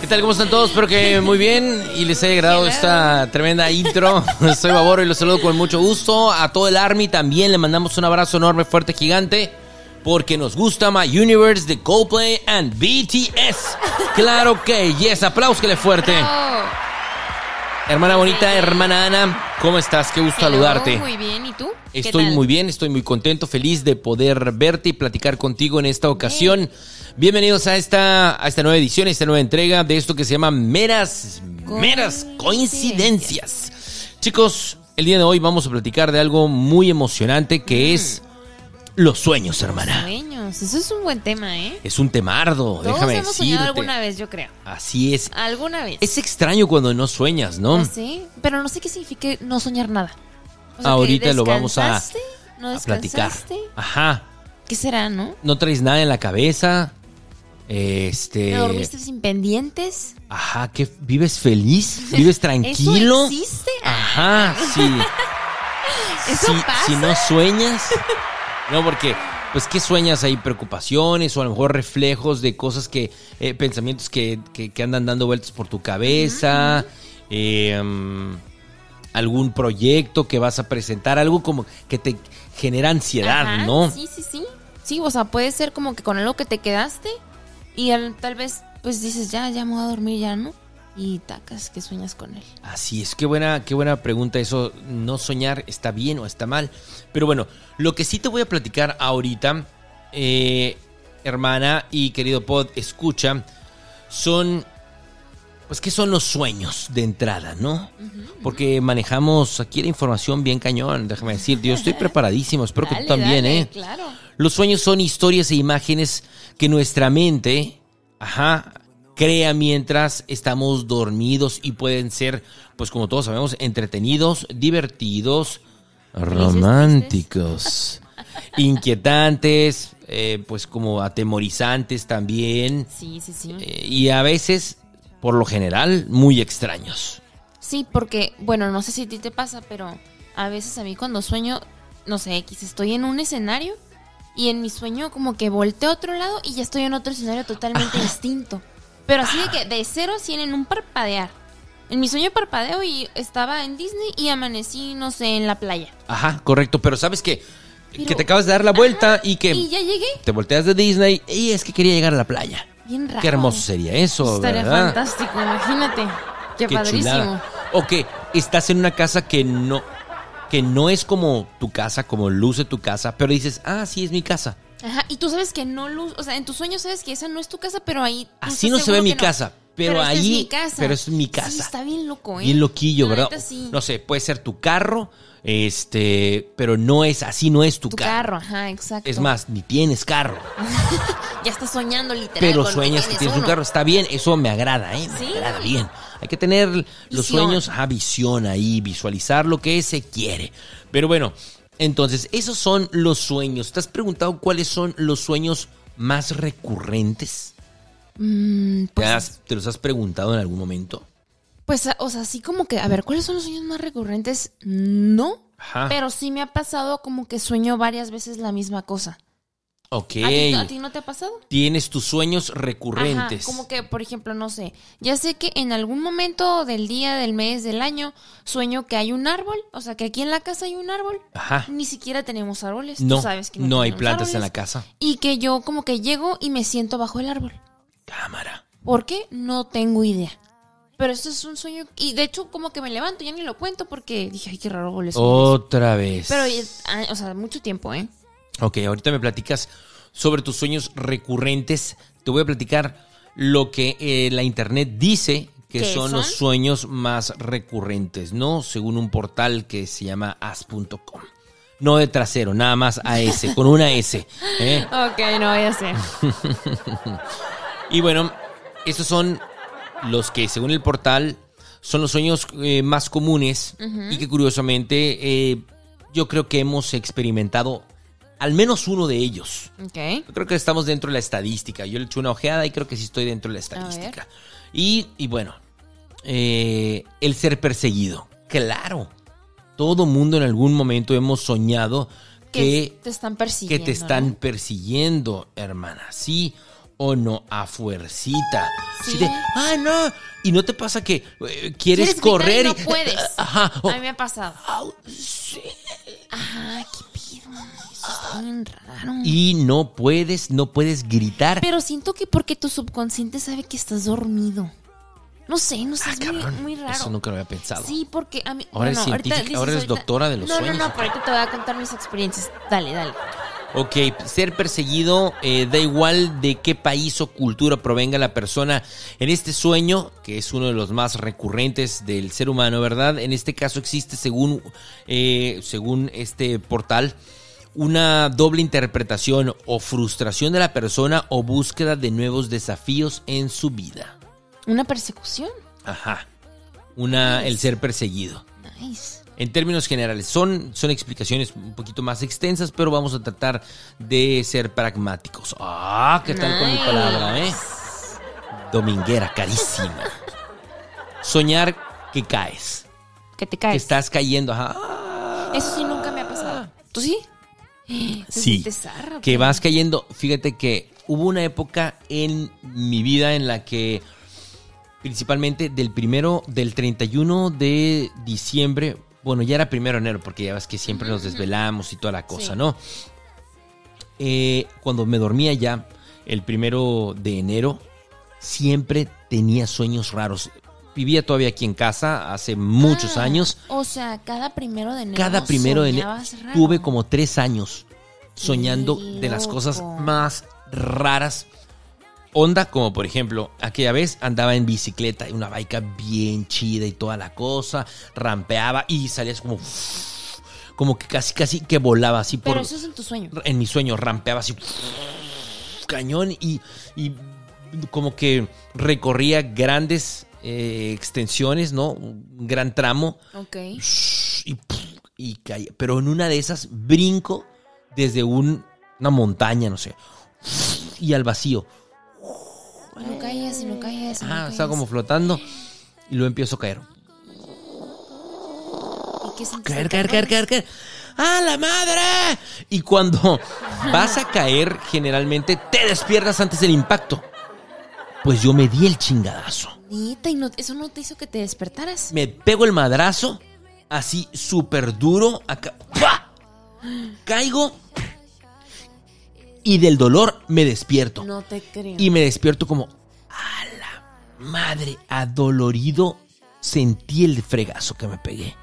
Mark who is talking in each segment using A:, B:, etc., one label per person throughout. A: ¿Qué tal? ¿Cómo están todos? Espero que muy bien y les haya agradado esta tremenda intro. Soy Baboro y los saludo con mucho gusto. A todo el Army también le mandamos un abrazo enorme, fuerte, gigante. Porque nos gusta My Universe de Coldplay and BTS. Claro que yes, apláusquele fuerte. Hermana bonita, hermana Ana, ¿cómo estás? Qué gusto saludarte.
B: Muy bien, ¿y tú? ¿Qué
A: Estoy
B: tal?
A: muy bien, estoy muy contento, feliz de poder verte y platicar contigo en esta ocasión. Bienvenidos a esta, a esta nueva edición, a esta nueva entrega de esto que se llama Meras, Meras Coincidencias. Chicos, el día de hoy vamos a platicar de algo muy emocionante que es los sueños, hermana.
B: Mm. Sueños, eso es un buen tema, ¿eh?
A: Es un temardo,
B: Todos
A: déjame
B: hemos
A: decirte.
B: soñado alguna vez, yo creo.
A: Así es.
B: Alguna vez. Pues
A: Es extraño cuando no sueñas, ¿no?
B: Sí, pero no sé qué significa no soñar nada. O que
A: Ahorita lo vamos a-
B: descansaste, ¿No
A: a platicar.
B: descansaste.
A: Ajá.
B: ¿Qué será, no?
A: No traes nada en la cabeza. Este.
B: ¿No dormiste sin pendientes?
A: Ajá, que vives feliz, vives tranquilo.
B: ¿Eso existe?
A: Ajá, sí.
B: ¿Eso
A: si,
B: pasa?
A: si no sueñas. No, porque, pues, ¿qué sueñas? Hay preocupaciones o a lo mejor reflejos de cosas que, eh, pensamientos que, que- que andan dando vueltas por tu cabeza. eh, mm, algún proyecto que vas a presentar, algo como que te genera ansiedad,
B: Ajá,
A: ¿no?
B: Sí, sí, sí. Sí, o sea, puede ser como que con algo que te quedaste y al- tal vez pues dices, ya, ya me voy a dormir, ya, ¿no? Y tacas que sueñas con él.
A: Así es, qué buena, qué buena pregunta eso, no soñar está bien o está mal. Pero bueno, lo que sí te voy a platicar ahorita, eh, hermana y querido Pod, escucha, son, pues, ¿qué son los sueños de entrada, no? Porque manejamos aquí la información bien cañón, déjame decirte, yo estoy preparadísimo, espero que tú
B: Dale,
A: también,
B: dale,
A: ¿eh?
B: Claro.
A: Los sueños son historias e imágenes que nuestra mente, ajá, crea mientras estamos dormidos y pueden ser, pues como todos sabemos, entretenidos, divertidos, románticos, inquietantes, eh, pues como atemorizantes también,
B: Sí, sí, sí.
A: eh, y a veces, por lo general, muy extraños.
B: Sí, porque, bueno, no sé si a ti te pasa, pero a veces a mí cuando sueño, no sé, X, estoy en un escenario y en mi sueño como que volteo a otro lado y ya estoy en otro escenario totalmente distinto. Pero así de que de cero a cien en un parpadear. En mi sueño parpadeo y estaba en Disney y amanecí, no sé, en la playa.
A: Ajá, correcto, pero sabes que, que
B: Pero-
A: te acabas de dar la vuelta y que...
B: Y ya llegué.
A: Te volteas de Disney y es que quería llegar a la playa.
B: Bien raro.
A: Qué hermoso sería eso,
B: Estaría
A: ¿verdad?
B: fantástico, imagínate. Qué,
A: Qué
B: padrísimo.
A: chulada. O que estás en una casa que no que no es como tu casa, como luce tu casa, pero dices, "Ah, sí es mi casa."
B: Ajá, y tú sabes que no luz, o sea, en tus sueños sabes que esa no es tu casa, pero ahí. tú
A: Así
B: estás
A: no se ve
B: seguro
A: mi
B: que
A: casa, pero
B: esta es
A: ahí-
B: mi casa.
A: pero es mi
B: Sí,
A: casa.
B: está bien loco, ¿eh?
A: Bien loquillo,
B: La
A: ¿verdad?
B: neta, sí.
A: No sé, puede ser tu carro, este, pero no es así no es tu,
B: tu
A: carro.
B: carro, ajá, exacto.
A: Es más, ni tienes carro,
B: Ya estás soñando literal.
A: pero
B: con
A: sueñas que tienes un
B: uno.
A: carro, está bien, eso me agrada, eh, me
B: Sí.
A: agrada bien. Hay que tener los
B: Visión.
A: sueños a visión ahí, visualizar lo que se quiere. Pero bueno, entonces, esos son los sueños. ¿Te has preguntado cuáles son los sueños más recurrentes?
B: Mm,
A: ¿Te,
B: pues,
A: has- te los has preguntado en algún momento?
B: pues, o sea, así como que, a ver, ¿cuáles son los sueños más recurrentes? No.
A: Ajá.
B: Pero sí me ha pasado como que sueño varias veces la misma cosa.
A: Ok.
B: ¿A ti, ¿A ti no te ha pasado?
A: Tienes tus sueños
B: Ajá,
A: recurrentes.
B: como que, por ejemplo, no sé, ya sé que en algún momento del día, del mes, del año, sueño que hay un árbol, o sea, que aquí en la casa hay un árbol.
A: Ajá.
B: Ni siquiera tenemos árboles. tú
A: No,
B: sabes que no,
A: no, hay
B: tenemos
A: plantas en la
B: árboles.
A: casa.
B: Y que yo como que llego y me siento bajo el árbol.
A: Cámara.
B: ¿Por qué? No tengo idea. Pero esto es un sueño. Y de hecho, como que me levanto, ya ni lo cuento porque dije, ay, qué raro volver. a
A: Oh.
B: soñar eso".
A: Otra vez.
B: Pero, eh, ah, o sea, mucho tiempo, ¿eh?
A: Ok, ahorita me platicas sobre tus sueños recurrentes. Te voy a platicar lo que eh, la internet dice que
B: ¿Qué
A: son, los
B: son?
A: sueños más recurrentes, ¿no? Según un portal que se llama as.com. No de trasero, nada más AS, con una S. ¿eh?
B: Ok, no, ya sé.
A: Y bueno, estos son los que, según el portal, son los sueños eh, más comunes y que curiosamente eh, yo creo que hemos experimentado al menos uno de ellos.
B: Ok.
A: Yo creo que estamos dentro de la estadística. Yo le eché una ojeada y creo que sí estoy dentro de la estadística. Y, y bueno, eh, el ser perseguido. Claro, todo mundo en algún momento hemos soñado
B: que,
A: que-
B: te están persiguiendo.
A: que te están persiguiendo, hermana, sí o no, a fuercita.
B: Sí.
A: Así de, ah, no. Y no te pasa que eh, quieres,
B: Quieres gritar y
A: correr
B: no puedes.
A: Ajá.
B: ¿no?
A: o-
B: A mí me ha pasado.
A: au, sí.
B: Ajá, qué pido. Eso está bien raro.
A: Y no puedes, no puedes gritar.
B: Pero siento que porque tu subconsciente sabe que estás dormido. No sé, no sé,
A: Ah,
B: es muy,
A: cabrón.
B: muy raro.
A: Eso nunca lo había pensado.
B: Sí, porque a mí.
A: Ahora eres
B: bueno, ahorita
A: científica,
B: dices
A: ahora eres
B: ahorita-
A: doctora de los
B: no,
A: sueños.
B: No, no, pero ahorita te voy a contar mis experiencias. Dale, dale.
A: Ok, ser perseguido, eh, da igual de qué país o cultura provenga la persona. En este sueño, que es uno de los más recurrentes del ser humano, ¿verdad? En este caso existe, según, eh, según este portal, una doble interpretación o frustración de la persona o búsqueda de nuevos desafíos en su vida.
B: Una persecución.
A: Ajá. Una, el ser perseguido.
B: Nice.
A: En términos generales, son, son explicaciones un poquito más extensas, pero vamos a tratar de ser pragmáticos. Ah, ¿qué tal con mi palabra, eh? Dominguera, carísima. Soñar que caes,
B: Que
A: que
B: te caes.
A: estás cayendo, ajá.
B: Eso sí nunca me ha pasado. ¿Tú sí? Se
A: Sí,
B: siente zarra,
A: que
B: pues.
A: vas cayendo. Fíjate que hubo una época en mi vida en la que principalmente del primero, del 31 de diciembre, bueno, ya era primero de enero, porque ya ves que siempre nos desvelamos y toda la cosa,
B: Sí.
A: ¿no? Eh, cuando me dormía ya el primero de enero, siempre tenía sueños raros. Vivía todavía aquí en casa hace muchos
B: Ah,
A: años.
B: O sea, cada primero de enero.
A: Cada primero de enero
B: soñabas raro.
A: tuve como tres años soñando
B: Qué
A: de las cosas
B: loco.
A: más raras. Onda, como por ejemplo, aquella vez andaba en bicicleta, una baica bien chida y toda la cosa, rampeaba y salías como, como que casi, casi que volaba así por
B: Pero eso es en tu sueño.
A: en mi sueño rampeaba así cañón y, y como que recorría grandes eh, extensiones, ¿no? Un gran tramo
B: Ok.
A: y, y caí. Pero en una de esas brinco desde un- una montaña, no sé, y al vacío.
B: Y no caías, y no caías. y no
A: Ah,
B: caías.
A: estaba como flotando y luego empiezo a caer.
B: ¿Y qué sentiste?
A: Caer, caer, caer, caer, caer. ¡Ah, la madre! Y cuando vas a caer, generalmente te despiertas antes del impacto. Pues yo me di el chingadazo.
B: Neta, y no- eso no te hizo que te despertaras.
A: me pego el madrazo, así súper duro, acá, ¡pua! caigo y del dolor me despierto.
B: No te creo.
A: Y me despierto como, a la madre, adolorido, sentí el fregazo que me pegué.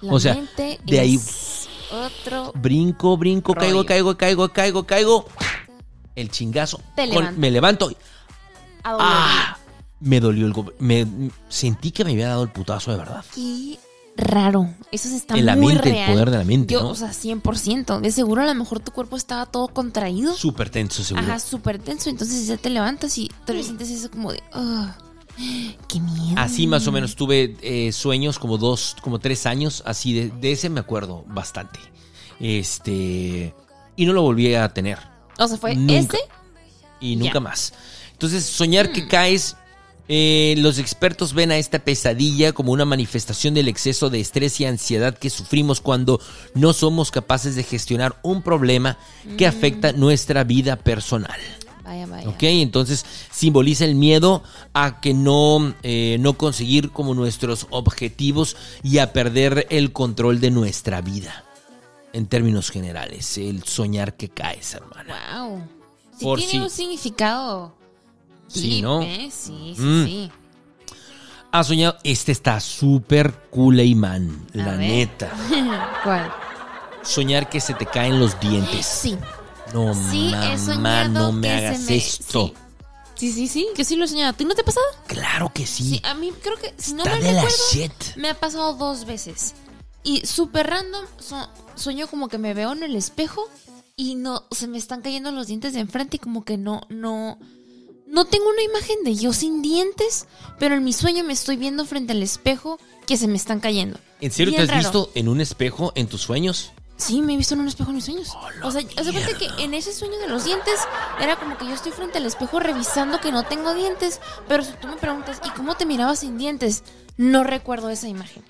B: La
A: o sea,
B: mente
A: de ahí-
B: es Otro.
A: Brinco, brinco, caigo,
B: Rollo.
A: caigo, caigo, caigo, caigo. El chingazo.
B: Te levantas.
A: me levanto. y,
B: adolorido.
A: ¡Ah! Me dolió el go- me Sentí que me había dado el putazo de verdad.
B: Qué raro. Eso sí está
A: En la
B: muy
A: mente, el
B: real.
A: poder de la mente,
B: Yo,
A: ¿no?
B: o sea, 100%. De seguro a lo mejor tu cuerpo estaba todo contraído.
A: Súper tenso, seguro.
B: Ajá, súper tenso. Entonces ya te levantas y te sientes eso como de. "Ah, ¡Qué miedo!
A: Así más o menos tuve eh, sueños como dos, como tres años, así de, de ese me acuerdo bastante. Este. Y no lo volví a tener.
B: O sea, fue este.
A: Nunca.
B: ese.
A: Y
B: Ya.
A: nunca más. Entonces, soñar que caes. eh, los expertos ven a esta pesadilla como una manifestación del exceso de estrés y ansiedad que sufrimos cuando no somos capaces de gestionar un problema que afecta nuestra vida personal.
B: Vaya, vaya.
A: Ok, entonces simboliza el miedo a que no, eh, no conseguir como nuestros objetivos y a perder el control de nuestra vida. En términos generales, el soñar que caes, hermana.
B: ¡Wow! Sí
A: Por
B: tiene
A: si-
B: un significado.
A: Sí,
B: deep,
A: ¿no?
B: ¿eh? Sí, sí,
A: Mm.
B: sí.
A: Ha soñado, este está súper cool, Iman,
B: A
A: la
B: ver.
A: neta.
B: ¿Cuál?
A: Soñar que se te caen los dientes.
B: Sí.
A: No,
B: Sí, he
A: mamá,
B: soñado
A: no me
B: que se
A: hagas
B: me-
A: esto.
B: sí. Sí, sí, sí. Yo sí lo he soñado. ¿Tú no te ha pasado?
A: Claro que sí.
B: Sí, a mí creo que, si no
A: está
B: mal
A: de la
B: recuerdo,
A: shit.
B: me ha pasado dos veces. Y súper random, so- sueño como que me veo en el espejo y no, se me están cayendo los dientes de enfrente y como que no, no, no tengo una imagen de yo sin dientes, pero en mi sueño me estoy viendo frente al espejo que se me están cayendo.
A: ¿En serio
B: Bien
A: te has
B: raro.
A: visto en un espejo en tus sueños?
B: Sí, me he visto en un espejo en mis sueños.
A: la
B: o sea, hace cuenta que en ese sueño de los dientes era como que yo estoy frente al espejo revisando que no tengo dientes, pero si tú me preguntas, ¿y cómo te mirabas sin dientes? No recuerdo esa imagen.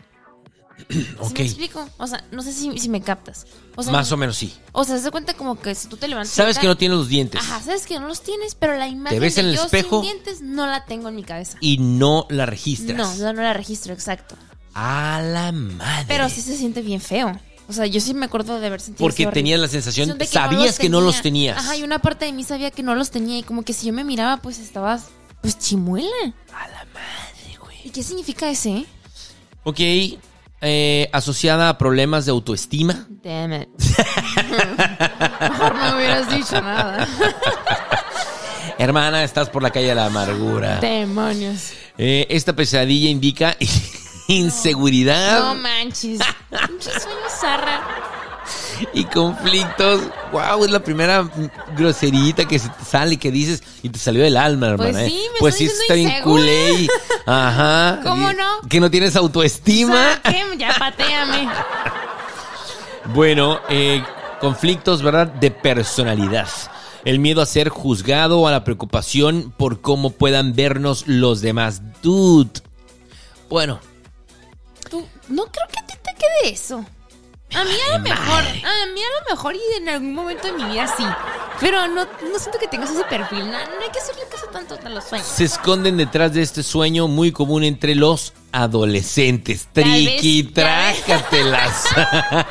B: ¿Sí
A: Ok.
B: me explico? O sea, no sé si, si me captas. O sea,
A: Más o menos sí.
B: O sea, se da cuenta como que si tú te levantas.
A: Sabes
B: ahorita-
A: que no tienes los dientes
B: Ajá, sabes que no los tienes, pero la imagen
A: ves
B: de
A: en el
B: yo
A: espejo?
B: sin dientes no la tengo en mi cabeza.
A: y no la
B: No,
A: registras.
B: no, no la registro, exacto.
A: A la madre.
B: Pero sí se siente bien feo. O sea, yo sí me acuerdo de haber sentido
A: Porque
B: ese horrible-
A: tenías la sensación,
B: sensación de
A: sabías que no los tenías.
B: Ajá, y una parte de mí sabía que no los tenía y como que si yo me miraba, pues estabas, pues chimuela.
A: A la madre, güey.
B: ¿Y qué significa ese? eh?
A: Ok, eh, asociada a problemas de autoestima.
B: Damn it. Mejor no hubieras dicho nada.
A: Hermana, estás por la calle de la amargura.
B: Demonios.
A: Eh, esta pesadilla indica inseguridad
B: No manches. Pinche sueño zarra.
A: y conflictos. Wow, es la primera groserita que se te sale que dices y te salió del alma, hermana.
B: Pues
A: ¿eh?
B: sí, me
A: pues sí,
B: estoy
A: está
B: sintiendo
A: bien culé. y- Ajá.
B: ¿Cómo
A: Y-
B: no?
A: Que no tienes autoestima.
B: Sáquenme, Ya pateame.
A: Bueno, eh, conflictos, ¿verdad? De personalidad. El miedo a ser juzgado o a la preocupación por cómo puedan vernos los demás. Dude. Bueno,
B: Tú, no creo que a ti te quede eso. A mí a lo mejor, a mí a lo mejor y en algún momento de mi vida sí. Pero no, no siento que tengas ese perfil. No, no hay que hacerle caso tanto a los sueños.
A: se esconden detrás de este sueño muy común entre los adolescentes.
B: Tal vez,
A: Triquitrácatelas.
B: Tal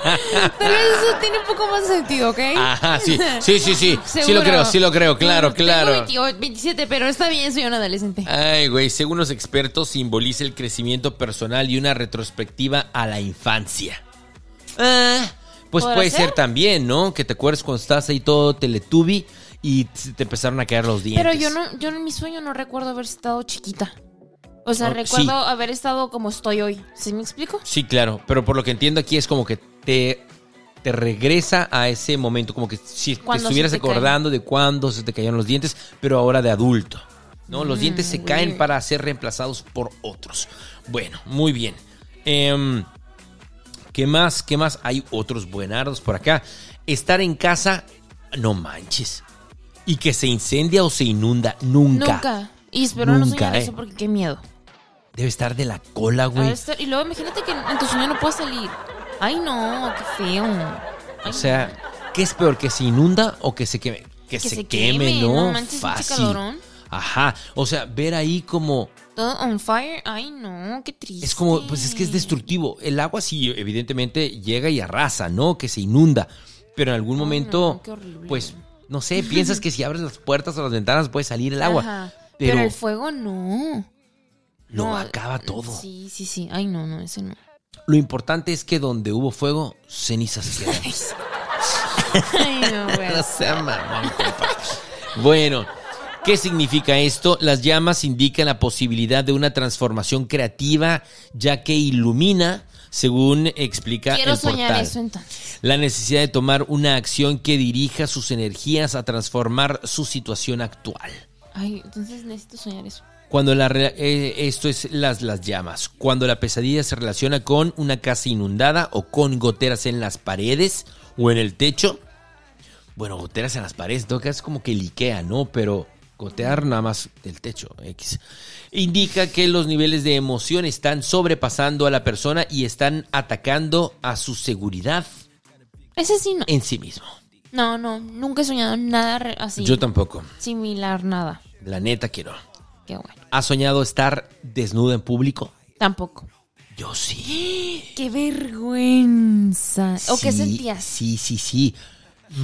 B: vez eso tiene un poco más de sentido, ¿ok?
A: Ajá, sí, sí, sí, sí. Sí
B: Seguro.
A: lo creo, sí lo creo, claro,
B: Tengo
A: claro.
B: 28, 27, pero está bien, soy un adolescente.
A: Ay, güey, según los expertos, simboliza el crecimiento personal y una retrospectiva a la infancia. Ah, pues
B: ¿Podrá
A: puede ser?
B: ser?
A: también, ¿no? Que te acuerdes cuando estás ahí todo teletubi y se te empezaron a caer los dientes.
B: Pero yo no, yo en mi sueño no recuerdo haber estado chiquita. O sea,
A: Ah,
B: recuerdo
A: sí.
B: haber estado como estoy hoy. ¿Sí me explico?
A: Sí, claro, pero por lo que entiendo aquí es como que te, te regresa a ese momento, como que si te
B: Cuando se
A: estuvieras
B: te caen.
A: acordando de cuándo se te cayeron los dientes, pero ahora de adulto. ¿no?
B: Mm,
A: Los dientes se
B: güey.
A: caen para ser reemplazados por otros. Bueno, muy bien. Em, ¿Qué más? ¿Qué más? Hay otros buenardos por acá. Estar en casa, no manches. Y que se incendia o se inunda, nunca.
B: Nunca. Y espero no
A: Nunca,
B: soñar
A: eh.
B: eso porque qué miedo.
A: Debe estar de la cola,
B: A ver,
A: güey.
B: esto- y luego imagínate que en tu sueño no puedes salir. Ay, no, qué feo. Ay,
A: O sea, ¿qué es peor? ¿Que se inunda o que se queme? Que, se, queme, ¿no?
B: manches, pinche
A: Fácil.
B: calorón.
A: Ajá. O sea, ver ahí como.
B: todo on fire. Ay, no, qué triste.
A: Es como, pues es que es destructivo. El agua sí, evidentemente, llega y arrasa, ¿no? Que se inunda. Pero en algún
B: no,
A: momento,
B: qué horrible.
A: pues, no sé, piensas que si abres las puertas o las ventanas puede salir el agua.
B: Ajá. Pero,
A: Pero,
B: el fuego no.
A: lo
B: No, mm,
A: acaba todo.
B: Sí, sí, sí. Ay, no, no, ese no.
A: Lo importante es que donde hubo fuego, cenizas se quedan.
B: Ay, no,
A: No
B: güey.
A: sea mamón, compa. Bueno, ¿qué significa esto? Las llamas indican la posibilidad de una transformación creativa, ya que ilumina, según explica
B: Quiero
A: el
B: soñar
A: portal.
B: eso entonces.
A: La necesidad de tomar una acción que dirija sus energías a transformar su situación actual.
B: Ay, entonces necesito soñar eso.
A: Cuando la re- eh, esto es las, las llamas. Cuando la pesadilla se relaciona con una casa inundada o con goteras en las paredes o en el techo. Bueno, goteras en las paredes, todo es como que el Ikea, ¿no? Pero gotear nada más del techo, X. Indica que los niveles de emoción están sobrepasando a la persona y están atacando a su seguridad
B: Ese sí no.
A: en sí mismo.
B: No, no, nunca he soñado nada re- así.
A: Yo tampoco.
B: similar, nada.
A: La neta que no.
B: Qué bueno.
A: ¿Has soñado estar desnudo en público?
B: Tampoco.
A: Yo sí.
B: Qué vergüenza. ¿O qué
A: Sí, Mm.
B: sentías?
A: Sí, sí, sí.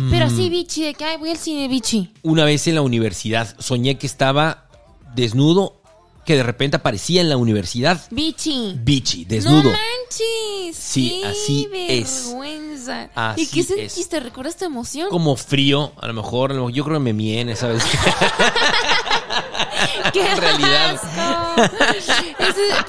B: Pero sí, bichi, de que ay, voy al cine, bichi.
A: Una vez en la universidad soñé que estaba desnudo, que de repente aparecía en la universidad.
B: Bichi.
A: Bichi, desnudo.
B: No manches.
A: Sí,
B: qué
A: así es.
B: vergüenza.
A: Así
B: ¿Y qué
A: es.
B: sentiste? ¿Recuerdas tu emoción?
A: como frío, a lo mejor, a lo mejor, yo creo que me miene, ¿sabes?
B: ¡Qué
A: en realidad.
B: asco! Ese-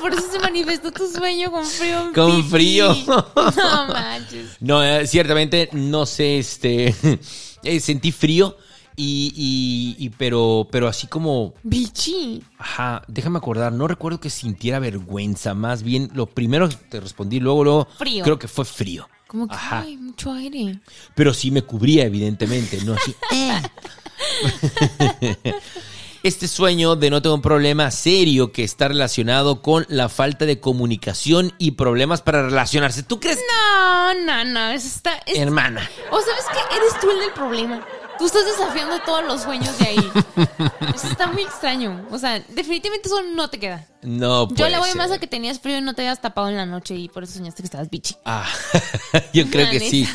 B: por eso se manifestó tu sueño con frío. en
A: Con
B: pipí.
A: frío.
B: No manches.
A: No, eh, ciertamente, no sé, este, eh, sentí frío y, y- y- pero, pero así como,
B: Bichi.
A: ajá, déjame acordar, no recuerdo que sintiera vergüenza, más bien, lo primero que te respondí, luego, luego,
B: Frío.
A: creo que fue frío.
B: Como que
A: Ajá.
B: ay, mucho aire.
A: pero sí me cubría, evidentemente, no así. ¡eh! Este sueño denota un problema serio que está relacionado con la falta de comunicación y problemas para relacionarse. ¿Tú crees,
B: No, no, no, eso está... es-
A: hermana?
B: O sabes que eres tú el del problema. Tú estás desafiando todos los sueños de ahí. Eso está muy extraño. O sea, definitivamente eso no te queda.
A: No,
B: Yo le
A: puede
B: voy
A: ser.
B: más a que tenías frío y no te habías tapado en la noche y por eso soñaste que estabas bichi.
A: Ah, yo creo
B: La
A: que
B: neta.
A: sí.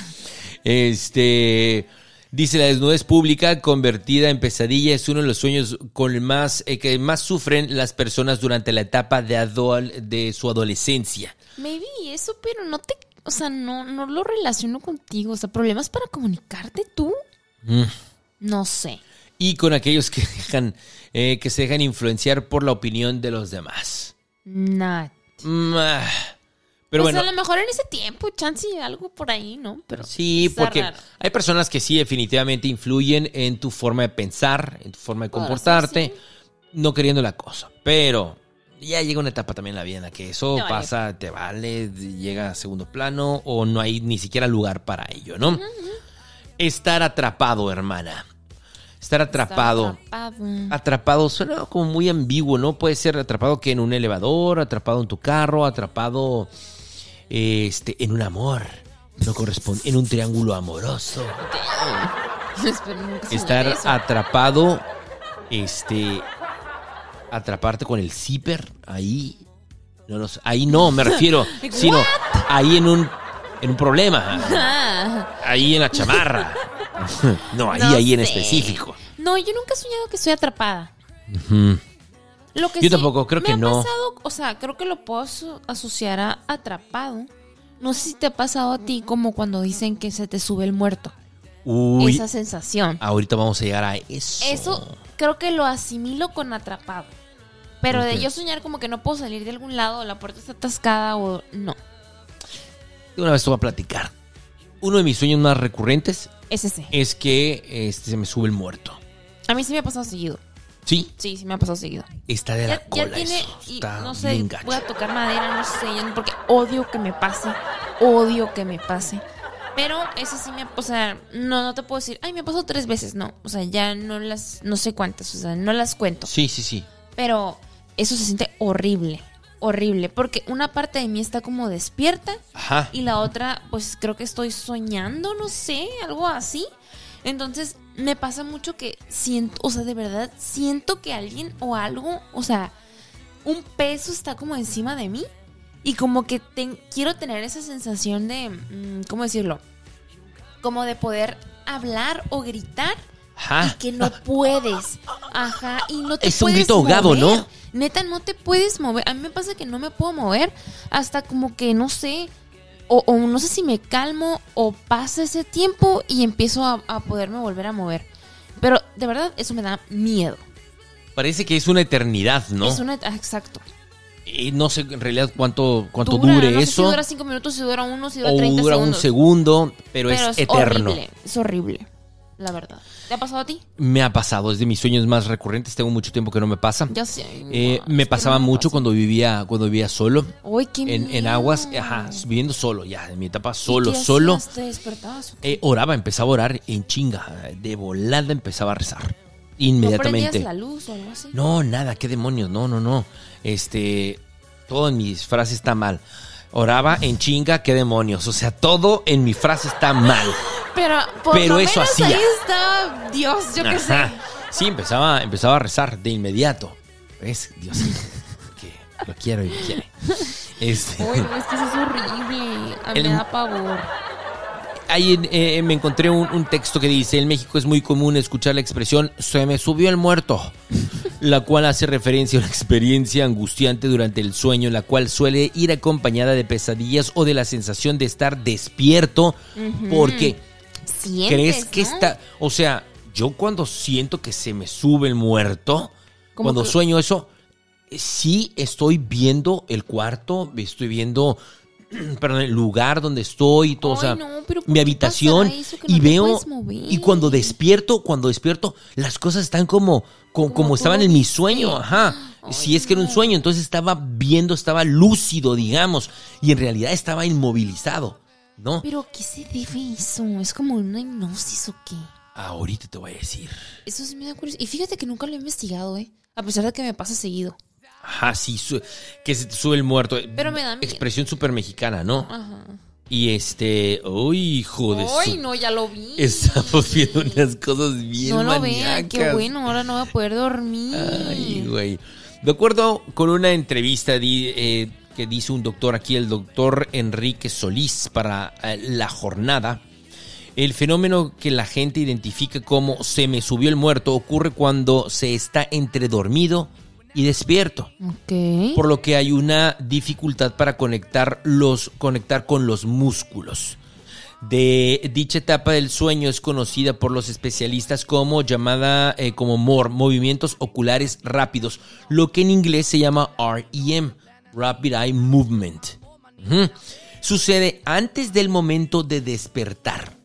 A: Este dice la desnudez pública convertida en pesadilla es uno de los sueños con más eh, que más sufren las personas durante la etapa de adol- de su adolescencia.
B: Maybe eso, pero no te... O sea, no, no lo relaciono contigo. O sea, problemas para comunicarte tú.
A: Mm.
B: No sé.
A: y con aquellos que dejan eh, que se dejan influenciar por la opinión de los demás.
B: Nada.
A: Mm, ah. Pero
B: Pues
A: bueno,
B: a lo mejor en ese tiempo, chance y algo por ahí, ¿no? Pero
A: sí,
B: está
A: porque
B: raro.
A: hay personas que sí definitivamente influyen en tu forma de pensar, en tu forma de
B: Ahora sí,
A: comportarte, no queriendo la cosa, pero ya llega una etapa también en la vida en la que eso
B: Te vale.
A: pasa, te vale, llega a segundo plano o no hay ni siquiera lugar para ello, ¿no? Estar atrapado, hermana. Estar atrapado.
B: Está atrapado.
A: Atrapado suena como muy ambiguo, ¿no? Puede ser atrapado que en un elevador, atrapado en tu carro, atrapado eh, este, en un amor, no corresponde, en un triángulo amoroso.
B: Espero nunca se me
A: Estar
B: dé eso.
A: atrapado, este, atraparte con el zipper ahí, no, no sé, ahí no me refiero, sino ahí en un, en un problema,
B: Ah.
A: ahí en la chamarra, no, ahí,
B: No
A: ahí en
B: sé.
A: específico.
B: No, yo nunca he soñado que estoy atrapada. Lo que
A: Yo
B: sí
A: tampoco, creo
B: me
A: que
B: ha
A: no.
B: pasado, o sea, creo que lo puedo aso- asociar a atrapado. No sé si te ha pasado a ti como cuando dicen que se te sube el muerto.
A: Uy,
B: Esa sensación.
A: ahorita vamos a llegar a eso.
B: Eso creo que lo asimilo con atrapado. Pero
A: Ok.
B: de yo soñar como que no puedo salir de algún lado, la puerta está atascada o no.
A: Una vez te voy a platicar. Uno de mis sueños más recurrentes
B: Es ese.
A: es que este, se me sube el muerto.
B: A mí sí me ha pasado seguido.
A: Sí,
B: Sí, sí me ha pasado seguido.
A: está de la
B: Ya,
A: cola
B: ya tiene,
A: eso.
B: y
A: Está
B: no sé,
A: bien gacho.
B: voy a tocar madera, no sé, yo- porque odio que me pase, odio que me pase. Pero eso sí me, o sea, no, no te puedo decir, ay, me pasó tres veces, no, o sea, ya no las, no sé cuántas, o sea, no las cuento.
A: Sí, sí, sí.
B: Pero eso se siente horrible, horrible, porque una parte de mí está como despierta
A: Ajá.
B: y la otra, pues creo que estoy soñando, no sé, algo así. Entonces, me pasa mucho que siento, o sea, de verdad, siento que alguien o algo, o sea, un peso está como encima de mí. Y como que ten- quiero tener esa sensación de, mm, ¿cómo decirlo? Como de poder hablar o gritar y
A: Ajá.
B: que no puedes. Ajá, y no te
A: Ah. Es un
B: puedes
A: grito ahogado,
B: mover.
A: ¿no?
B: Neta, no te puedes mover. A mí me pasa que no me puedo mover hasta como que no sé. O, o no sé si me calmo o pasa ese tiempo y empiezo a, a poderme volver a mover. Pero de verdad, eso me da miedo.
A: Parece que es una eternidad, ¿no?
B: Es una. ah, Exacto.
A: Y no sé en realidad cuánto, cuánto
B: Dura,
A: dure
B: no sé
A: eso.
B: si dura 5 minutos, si dura 1, si dura
A: o
B: 30
A: dura un
B: segundos.
A: segundo, pero,
B: Pero
A: es eterno.
B: horrible. Es horrible. La verdad. ¿Te ha pasado a ti?
A: Me ha pasado, es de mis sueños más recurrentes. Tengo mucho tiempo que no me pasa.
B: Ya sé.
A: Eh,
B: Guau, es que
A: me
B: no
A: pasaba mucho
B: pasa.
A: cuando vivía, cuando vivía solo.
B: Ay, qué
A: en, en
B: miedo.
A: aguas, ajá, viviendo solo, ya, en mi etapa
B: ¿Y
A: solo,
B: qué
A: solo.
B: hacías? ¿Te despertabas?
A: eh, oraba, empezaba a orar en chinga, de volada empezaba a rezar.
B: ¿No
A: Inmediatamente.
B: prendías la luz o algo así?
A: No, nada, qué demonios, no, no, no. Este, todo en mis frases está mal. Oraba en chinga, qué demonios. O sea, todo en mi frase está mal.
B: Pero por
A: Pero
B: lo
A: eso
B: menos
A: hacía.
B: ahí está Dios, yo qué sé.
A: Ajá. Sí, empezaba, empezaba a rezar de inmediato. ¿Ves? Dios mío, que lo quiero y me quiere. Este.
B: Uy, no, es que eso es horrible. A mí
A: El-
B: me da pavor.
A: Ahí en- eh, me encontré un, un texto que dice, en México es muy común escuchar la expresión se me subió el muerto, la cual hace referencia a una experiencia angustiante durante el sueño, la cual suele ir acompañada de pesadillas o de la sensación de estar despierto porque
B: ¿Sientes,
A: crees que
B: no?
A: está, o sea, yo cuando siento que se me sube el muerto,
B: Como
A: cuando
B: que-
A: sueño eso, eh, sí estoy viendo el cuarto, estoy viendo... Perdón, el lugar donde estoy y todo, o
B: Ay,
A: sea,
B: no, pero ¿por
A: mi
B: qué
A: habitación
B: pasará eso que
A: y
B: no te
A: veo
B: puedes mover?
A: y cuando despierto, cuando despierto, las cosas están como como, como
B: tú
A: estaban
B: lo
A: en mi
B: viste.
A: sueño, ajá.
B: Ay,
A: si es que era un
B: no.
A: sueño, entonces estaba viendo, estaba lúcido, digamos, y en realidad estaba inmovilizado, ¿no?
B: Pero ¿qué se debe eso? ¿Es como una hipnosis o qué?
A: Ahorita te voy a decir.
B: Eso sí me da curiosidad. Y fíjate que nunca lo he investigado, ¿eh? A pesar de que me pasa seguido.
A: Ajá, sí, su- que se te sube el muerto.
B: Pero me da miedo.
A: Expresión súper mexicana, ¿no?
B: Ajá.
A: Y este. ¡Uy, hijo de su-
B: Ay, no, ya lo vi.
A: Estamos viendo unas cosas bien
B: no lo vean,
A: maníacas.
B: qué bueno, ahora no voy a poder dormir.
A: Ay, güey. De acuerdo con una entrevista di- eh, que dice un doctor aquí, el doctor Enrique Solís, para eh, La Jornada, el fenómeno que la gente identifica como se me subió el muerto ocurre cuando se está entre dormido y despierto,
B: Ok.
A: por lo que hay una dificultad para conectar, los, conectar con los músculos. De dicha etapa del sueño es conocida por los especialistas como llamada eh, como MOR, movimientos oculares rápidos, lo que en inglés se llama REM, Rapid Eye Movement. Ujú. Sucede antes del momento de despertar.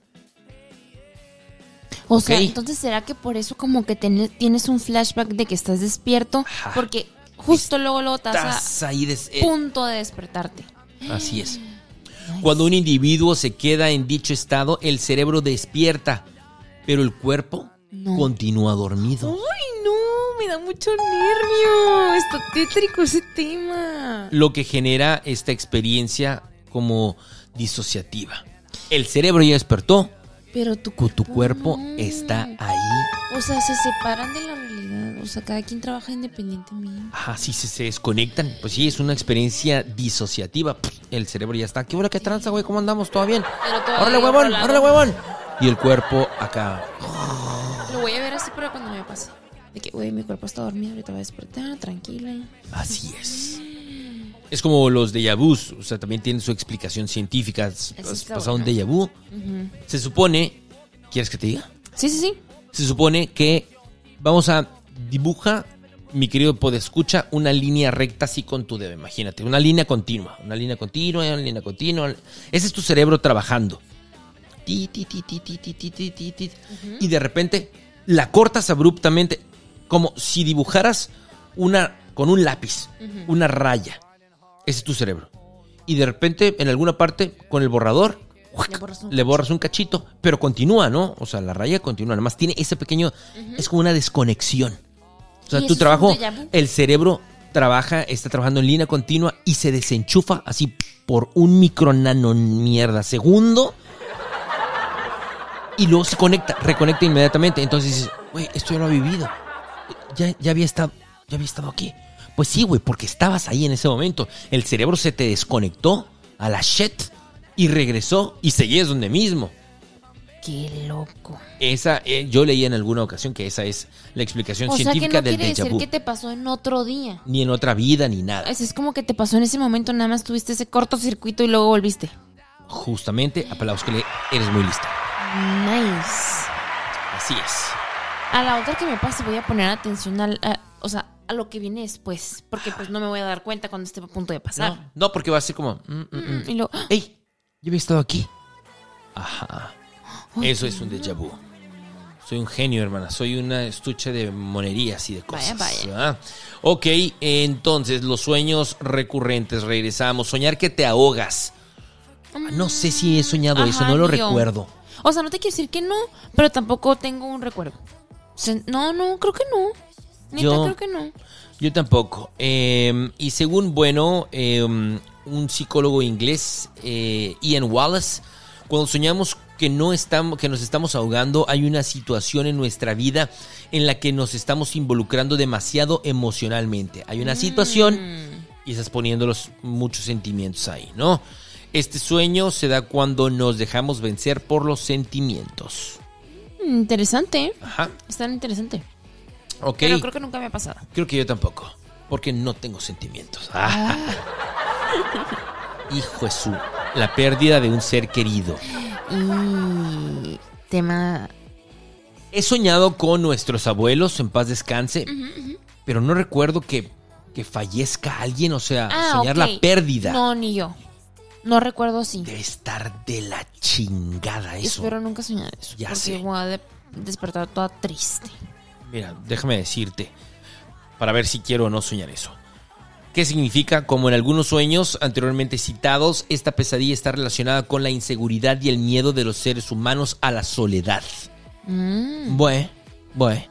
B: O sea,
A: Ok.
B: entonces será que por eso como que ten- tienes un flashback de que estás despierto,
A: Ajá.
B: porque justo luego luego estás a
A: Estás ahí des- eh,
B: punto de despertarte.
A: Así es. Cuando un individuo se queda en dicho estado, el cerebro despierta, pero el cuerpo
B: No.
A: continúa dormido.
B: Ay, no, me da mucho nervio. Está tétrico ese tema.
A: lo que genera esta experiencia como disociativa. El cerebro ya despertó,
B: Pero tu
A: cu- tu
B: cuerpo
A: cuerpo
B: no.
A: está ahí.
B: O sea, se separan de la realidad. O sea, cada quien trabaja independientemente.
A: Ajá, sí, se, se desconectan. Pues sí, es una experiencia disociativa. Pff, El cerebro ya está. ¿Qué hora que tranza, güey? ¿Cómo andamos? ¿Todo bien?
B: Pero todavía
A: ¡Órale, huevón!
B: controlado.
A: ¡Órale, huevón! Y el cuerpo acá.
B: Lo voy a ver así para cuando me pase. De que, güey, mi cuerpo está dormido, ahorita voy a despertar, tranquila.
A: Así es. Es como los déjà vus. O sea, también tienen su explicación científica. Has
B: Eso
A: has
B: está
A: pasado un
B: bueno.
A: déjà vu.
B: Ujú.
A: Se supone... ¿Quieres que te diga?
B: Sí, sí, sí.
A: se supone que vamos a dibuja, mi querido podescucha, una línea recta así con tu dedo, imagínate, una línea continua, una línea continua, una línea continua. Ese es tu cerebro trabajando. Ti, ti, ti, ti, ti, ti, ti, ti, ti, ti. Y de repente la cortas abruptamente, como si dibujaras una con un lápiz, una raya. Ese es tu cerebro. Y de repente, en alguna parte, con el borrador,
B: Le borras un
A: le borras un cachito, pero continúa, ¿no? O sea, la raya continúa. Nada más tiene ese pequeño. Es como una desconexión. O sea,
B: ¿Y eso
A: tu
B: es
A: trabajo,
B: un déjà vu?
A: el cerebro trabaja, está trabajando en línea continua y se desenchufa así por un micro nano mierda segundo. Y luego se conecta, reconecta inmediatamente. Entonces dices, güey, esto ya lo he vivido. Ya, ya había estado, ya había estado aquí. Pues sí, güey, porque estabas ahí en ese momento. El cerebro se te desconectó a la shit y regresó y seguías donde mismo.
B: Qué loco.
A: Esa, eh, yo leí en alguna ocasión que esa es la explicación
B: O sea que
A: científica
B: no
A: del
B: quiere
A: déjà
B: decir
A: vu.
B: que te pasó en otro día.
A: Ni en otra vida, ni nada.
B: Es, es como que te pasó en ese momento, nada más tuviste ese cortocircuito y luego volviste.
A: Justamente, aplausos que le eres muy lista.
B: Nice.
A: Así es.
B: A la otra que me pase voy a poner atención al, a- o sea, a lo que viene después, porque pues no me voy a dar cuenta cuando esté a punto de pasar.
A: No, no, porque va a ser como. mm, mm, mm.
B: Mm, Y luego, ¡ah!
A: ¡Ey! Yo había estado aquí. Ajá. Eso es un déjà vu. Soy un genio, hermana. Soy una estuche de monerías y de
B: Vaya,
A: cosas.
B: vaya.
A: ¿verdad? Ok, entonces, los sueños recurrentes. Regresamos. Soñar que te ahogas. Ah, No sé si he soñado eso,
B: Ajá,
A: no lo
B: ni yo.
A: recuerdo.
B: o sea, no te quiero decir que no, pero tampoco tengo un recuerdo. O sea, no, no, creo que no. Neta,
A: Yo-
B: creo que no.
A: Yo tampoco. Eh, y según, bueno, eh, un psicólogo inglés, eh, Ian Wallace, cuando soñamos que, no estamos, que nos estamos ahogando, hay una situación en nuestra vida en la que nos estamos involucrando demasiado emocionalmente. Hay una
B: Mm.
A: situación y estás poniendo los- muchos sentimientos ahí, ¿no? Este sueño se da cuando nos dejamos vencer por los sentimientos.
B: Mm, Interesante, ¿eh?
A: Ajá.
B: Está interesante.
A: Ok.
B: Pero creo que nunca me ha pasado.
A: Creo que yo tampoco. Porque no tengo sentimientos. Ah. Hijo Jesús. La pérdida de un ser querido.
B: Y tema
A: He soñado con nuestros abuelos en paz descanse. Pero no recuerdo que, que fallezca alguien. O sea,
B: Ah,
A: soñar
B: ok.
A: la pérdida.
B: No, ni yo. No recuerdo si.
A: Debe estar de la chingada eso.
B: Espero nunca soñar eso.
A: Ya
B: porque
A: sé.
B: voy a de- despertar toda triste.
A: Mira, déjame decirte, para ver si quiero o no soñar eso. ¿Qué significa? Como en algunos sueños anteriormente citados, esta pesadilla está relacionada con la inseguridad y el miedo de los seres humanos a la soledad.
B: Mm.
A: Bueno, bueno.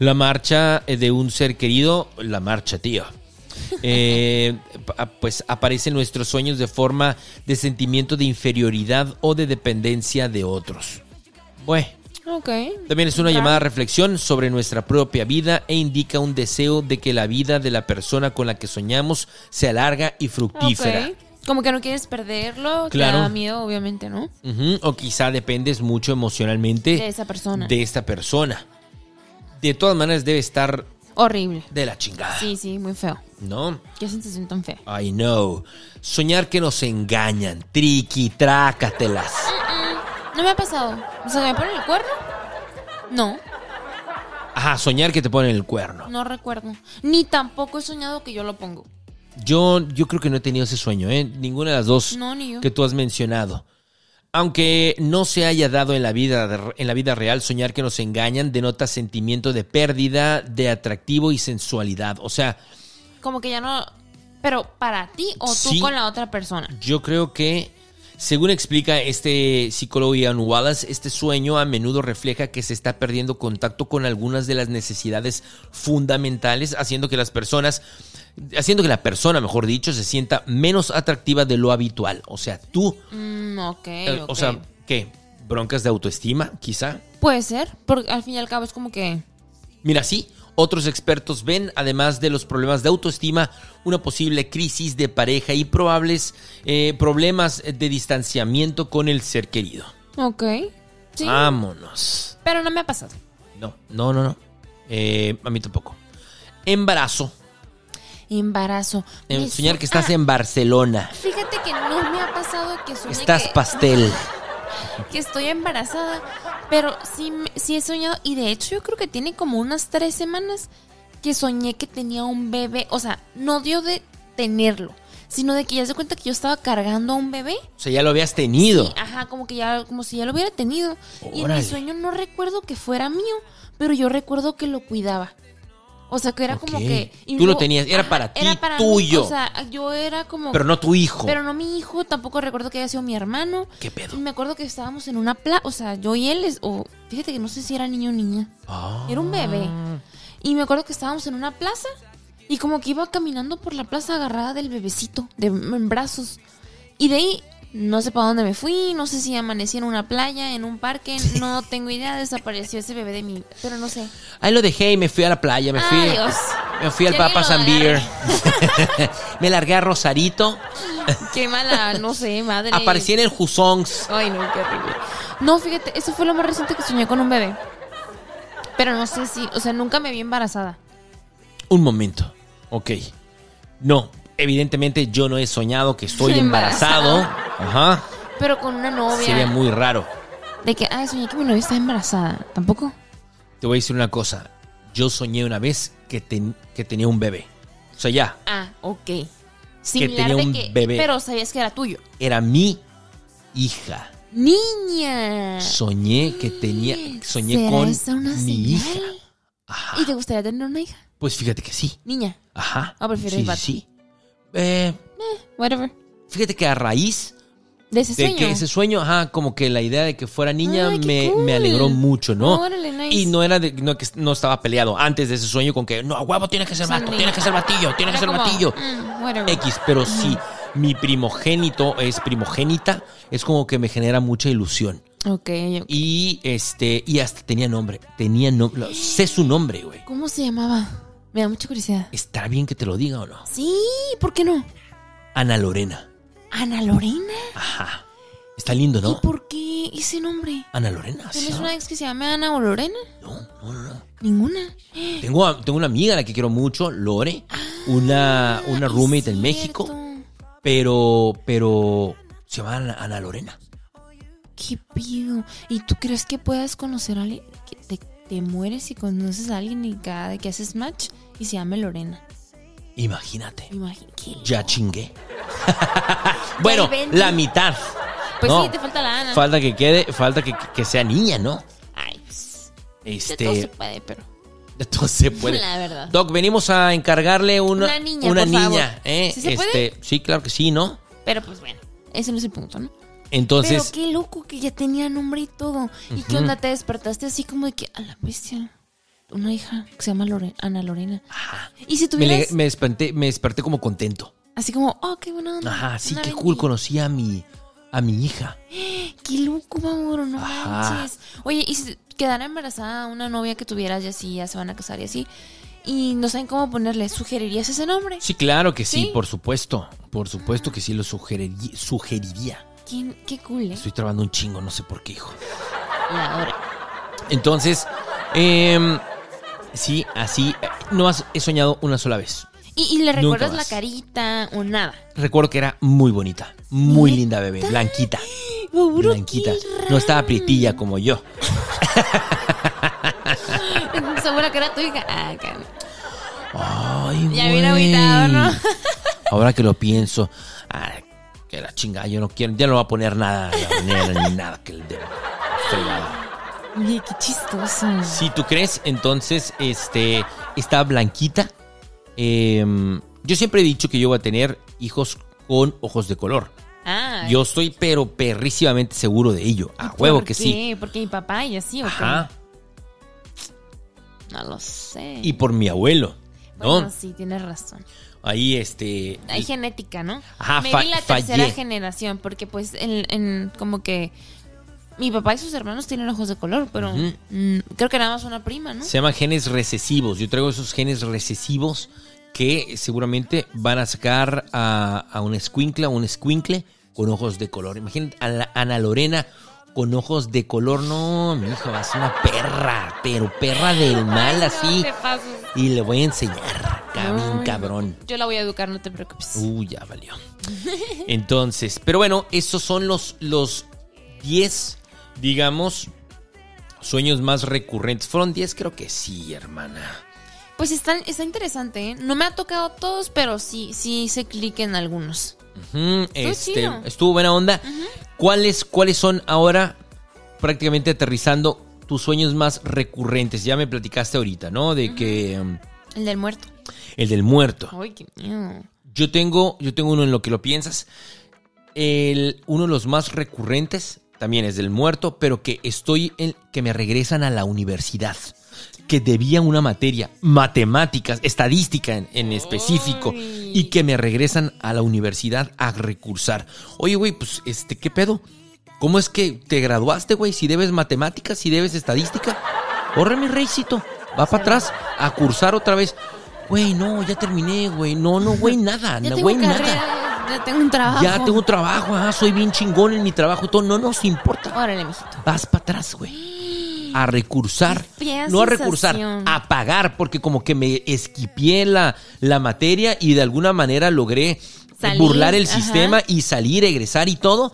A: La marcha eh, de un ser querido, la marcha, tío. Eh, pa- pues aparecen nuestros sueños de forma de sentimiento de inferioridad o de dependencia de otros. Bueno.
B: Ok.
A: También es una
B: Claro.
A: llamada a reflexión sobre nuestra propia vida e indica un deseo de que la vida de la persona con la que soñamos sea larga y fructífera.
B: Ok. Como que no quieres perderlo,
A: Claro.
B: te da miedo, obviamente, ¿no?
A: Ujú, O quizá dependes mucho emocionalmente
B: De esa persona.
A: de esta persona. De todas maneras debe estar
B: Horrible.
A: de la chingada,
B: Sí, sí, muy feo.
A: ¿no?
B: Qué sensación tan fea.
A: I know. Soñar que nos engañan, triqui, trácatelas.
B: No me ha pasado. O sea, ¿me ponen el cuerno? No,
A: Ajá, soñar que te ponen el cuerno.
B: no recuerdo. Ni tampoco he soñado que yo lo pongo.
A: Yo, yo creo que no he tenido ese sueño, ¿eh? Ninguna de las dos
B: No, ni yo.
A: que tú has mencionado. Aunque no se haya dado en la vida de- en la vida real, soñar que nos engañan denota sentimiento de pérdida, de atractivo y sensualidad. O sea,
B: Como que ya no. Pero para ti o tú
A: Sí.
B: con la otra persona.
A: Yo creo que, según explica este psicólogo Ian Wallace, este sueño a menudo refleja que se está perdiendo contacto con algunas de las necesidades fundamentales, haciendo que las personas, haciendo que la persona, mejor dicho, se sienta menos atractiva de lo habitual. O sea, tú,
B: Mm, ok,
A: eh, o
B: ok.
A: sea, ¿qué? ¿Broncas de autoestima, quizá?
B: Puede ser, porque al fin y al cabo es como que.
A: Mira, sí, otros expertos ven, además de los problemas de autoestima, una posible crisis de pareja y probables eh, problemas de distanciamiento con el ser querido.
B: Ok. Sí.
A: Ah. Vámonos.
B: Pero no me ha pasado.
A: No, no, no, no. Eh, a mí tampoco. Embarazo.
B: Embarazo.
A: Eh,
B: Me
A: soñar
B: su-
A: que estás
B: Ah,
A: en Barcelona.
B: Fíjate que no me ha pasado que soñé
A: Estás
B: que,
A: pastel.
B: que estoy embarazada, pero sí, me- sí he soñado, y de hecho yo creo que tiene como unas tres semanas que soñé que tenía un bebé, o sea, no dio de tenerlo, sino de que ya se cuenta que yo estaba cargando a un bebé,
A: O sea, ya lo habías tenido.
B: y, ajá, como que ya, como si ya lo hubiera tenido, y en
A: Órale.
B: mi sueño no recuerdo que fuera mío, pero yo recuerdo que lo cuidaba. O sea, que era como
A: Ok.
B: que... y
A: Tú lo
B: luego-
A: tenías, era para ti,
B: mí,
A: tuyo.
B: o sea, yo era como...
A: Pero no tu hijo.
B: Pero no mi hijo, tampoco recuerdo que haya sido mi hermano.
A: ¿Qué pedo?
B: Me acuerdo que estábamos en una plaza, o sea, yo y él, es- o fíjate que no sé si era niño o niña.
A: Ah.
B: Era un bebé. Y me acuerdo que estábamos en una plaza y como que iba caminando por la plaza agarrada del bebecito, de, en brazos. Y de ahí, no sé para dónde me fui, no sé si amanecí en una playa, en un parque, no tengo idea, desapareció ese bebé de mí, pero no sé.
A: Ahí lo dejé y me fui a la playa, me fui.
B: Ay, Dios.
A: Me fui al
B: Que alguien
A: Papa
B: lo
A: San Beer.
B: agarre.
A: me largué a Rosarito.
B: Qué mala, no sé, madre.
A: Aparecí en el Husongs.
B: Ay, no, qué horrible. No, fíjate, eso fue lo más reciente que soñé con un bebé. Pero no sé si, o sea, nunca me vi embarazada.
A: Un momento. Ok. No, evidentemente yo no he soñado que estoy
B: Estoy
A: embarazado. Ajá.
B: Pero con una novia.
A: Sería muy raro.
B: De que, ah, soñé que mi novia está embarazada. Tampoco.
A: Te voy a decir una cosa. Yo soñé una vez que, ten- que tenía un bebé. O sea, ya,
B: Ah, ok.
A: tenía un bebé.
B: Pero sabías que era tuyo.
A: era mi hija.
B: Niña.
A: Soñé que tenía. Soñé
B: ¿Será
A: con
B: esa una
A: mi
B: señal?
A: hija. Ajá.
B: ¿Y te gustaría tener una hija?
A: Pues fíjate que sí.
B: Niña.
A: Ajá.
B: Ah, prefiero
A: sí,
B: el vato.
A: sí. Eh,
B: Whatever.
A: fíjate que a raíz
B: De ese
A: de
B: sueño.
A: que ese sueño, ajá, como que la idea de que fuera niña
B: Ay, qué
A: me,
B: cool.
A: me alegró mucho, ¿no?
B: Órale, nice.
A: Y no era de, no, que no estaba peleado antes de ese sueño con que, no, a huevo, tiene que ser
B: Sí,
A: vato,
B: niña.
A: tiene que ser batillo, tiene que
B: Era
A: ser
B: como,
A: batillo.
B: mm, whatever.
A: X, pero si mi primogénito es primogénita, es como que me genera mucha ilusión.
B: Ok, ok.
A: Y este, y hasta tenía nombre, tenía nombre, sé su nombre, güey.
B: ¿Cómo se llamaba? Me da mucha curiosidad.
A: ¿Estará bien que te lo diga o no?
B: Sí, ¿por qué no?
A: Ana Lorena.
B: Ana Lorena.
A: Ajá. Está lindo,
B: ¿Y
A: ¿no?
B: por qué ese nombre?
A: Ana Lorena. sí,
B: ¿Tienes
A: ¿no?
B: una ex que se llame Ana o Lorena?
A: No, no, no, no.
B: Ninguna.
A: Tengo, a- tengo una amiga a la que quiero mucho, Lore, una, Ah, una
B: Ah, es
A: roommate en
B: cierto.
A: México, pero, pero se llama Ana, Ana Lorena.
B: ¿Qué pido? ¿Y tú crees que puedas conocer a alguien? Que te, te mueres y conoces a alguien y cada que haces match y se llame Lorena.
A: Imagínate.
B: Me imagino que-
A: Ya chingué. bueno,
B: vendí.
A: la mitad.
B: Pues
A: No,
B: sí, te falta la Ana.
A: falta que quede, falta que, que sea niña, ¿no?
B: Ay, pues, de todo se
A: Este,
B: puede, pero...
A: de todo se puede.
B: La verdad.
A: Doc, venimos a encargarle una,
B: Una niña,
A: una
B: por favor.
A: niña, ¿eh?
B: ¿Sí se
A: Este,
B: puede?
A: sí, claro que sí, ¿no?
B: Pero pues bueno, ese no es el punto, ¿no?
A: Entonces,
B: Pero qué loco que ya tenía nombre y todo. ¿Y qué onda? Te despertaste así como de que a la bestia. Una hija que se llama Lore- Ana Lorena. Y si
A: Ah. me, le-
B: tuvieras
A: me desperté, me desperté como contento.
B: así como, oh, qué buena onda.
A: Ajá, sí,
B: una
A: qué
B: Benji.
A: cool, conocí a mi, a mi hija.
B: Qué loco, Mauro, no
A: Ajá.
B: manches. Oye, y si quedara embarazada una novia que tuvieras y así, ya se van a casar y así, y no saben cómo ponerle, ¿sugerirías ese nombre?
A: Sí, claro que sí,
B: Sí.
A: por supuesto. Por supuesto que sí lo sugeriría. sugeriría.
B: ¿Quién- Qué cool, ¿eh?
A: Estoy trabando un chingo, no sé por qué, hijo.
B: La hora.
A: Entonces, em, sí, así. eh, No has, he soñado una sola vez.
B: Y, y le
A: Nunca
B: recuerdas la
A: más.
B: carita o nada.
A: Recuerdo que era muy bonita, muy
B: ¿Neta?
A: linda bebé, blanquita,
B: Mauro,
A: blanquita.
B: qué raro.
A: No estaba prietilla como yo.
B: Seguro que era tu hija. Ah, can-
A: Ay,
B: Ya bien
A: güey.
B: agüitado, ¿no?
A: Ahora que lo pienso, ah, que la chingada, yo no quiero, ya no voy a poner nada, de habanera, ni nada que el de fregada.
B: Oye, qué chistoso.
A: Si tú crees, entonces, este, está blanquita. Em, yo siempre he dicho que yo voy a tener hijos con ojos de color.
B: Ah,
A: Yo estoy pero perrísimamente seguro de ello. A
B: ¿por
A: huevo que sí.
B: qué? Porque mi papá y así, ¿o qué?
A: Ajá.
B: No lo sé.
A: Y por mi abuelo, ¿no?
B: Bueno, sí, tienes razón.
A: Ahí este.
B: Hay genética, ¿no?
A: Ajá,
B: Me
A: fa-
B: vi la
A: fallé.
B: tercera generación, porque pues en, en- como que mi papá y sus hermanos tienen ojos de color, pero
A: Ujú.
B: mm, creo que nada más una prima, ¿no?
A: Se llaman genes recesivos. Yo traigo esos genes recesivos que seguramente van a sacar a, a una escuincla, un escuincle con ojos de color. Imagínate a la Ana Lorena con ojos de color. No, mi hijo, va a ser una perra, pero perra del mal así.
B: te pases.
A: Y le voy a enseñar,
B: Ay,
A: cabrín,
B: no.
A: cabrón.
B: Yo la voy a educar, no te preocupes.
A: Uy, ya valió. Entonces, pero bueno, esos son los, los 10, digamos, sueños más recurrentes. ¿Fueron 10? Creo que sí, hermana.
B: Pues está, está interesante, ¿eh? No me ha tocado todos, pero sí, sí hice clic en algunos.
A: Ujú, este,
B: chido.
A: estuvo buena onda. ¿Cuáles, ¿Cuáles son ahora, prácticamente aterrizando, tus sueños más recurrentes? Ya me platicaste ahorita, ¿no? De que mm,
B: El del muerto.
A: el del muerto.
B: Ay, qué miedo.
A: Yo tengo, yo tengo uno en lo que lo piensas. El, uno de los más recurrentes también es del muerto, pero que estoy en que me regresan a la universidad. Que debía una materia, matemáticas, estadística en, en específico,
B: Ay.
A: y que me regresan a la universidad a recursar. Oye, güey, pues, este, ¿qué pedo? ¿Cómo es que te graduaste, güey? Si debes matemáticas, si debes estadística. Corre, mi reycito. Va para atrás a cursar otra vez. Güey, no, ya terminé, güey. No, no, güey, nada.
B: Ya
A: no,
B: tengo
A: güey,
B: carrera,
A: nada.
B: ya- ya tengo un trabajo.
A: Ya tengo trabajo, ajá, soy bien chingón en mi trabajo y todo. No nos importa.
B: Órale, mijito.
A: Vas para atrás, güey. A recursar.
B: Qué fea
A: No a recursar,
B: sensación.
A: a pagar, porque como que me esquipié la, la materia y de alguna manera logré eh,
B: Salir,
A: burlar el
B: ajá.
A: sistema y salir, egresar y todo.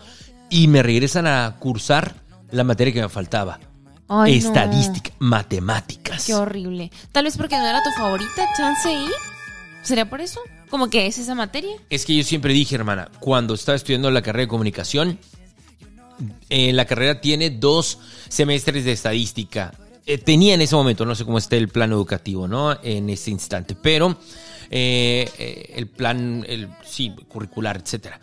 A: Y me regresan a cursar la materia que me faltaba.
B: Ay, no.
A: Estadística, matemáticas.
B: Qué horrible. Tal vez porque no era tu favorita, chance y. ¿Sería por eso? Como que es esa materia.
A: Es que yo siempre dije, hermana, cuando estaba estudiando la carrera de comunicación, eh, la carrera tiene dos semestres de estadística. Eh, tenía en ese momento, no sé cómo esté el plan educativo, ¿no? En ese instante, pero eh, eh, el plan, el, sí, curricular, etcétera.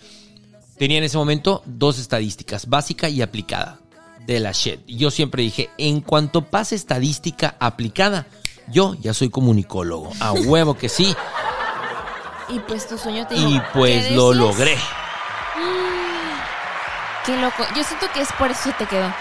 A: Tenía en ese momento dos estadísticas, básica y aplicada, de la SHED. Y Yo siempre dije, en cuanto pase estadística aplicada, yo ya soy comunicólogo. A huevo que sí.
B: Y pues tu sueño te dijo,
A: Y pues
B: ¿qué
A: lo
B: decías?
A: logré.
B: Qué loco. Yo siento que es por eso que te quedó.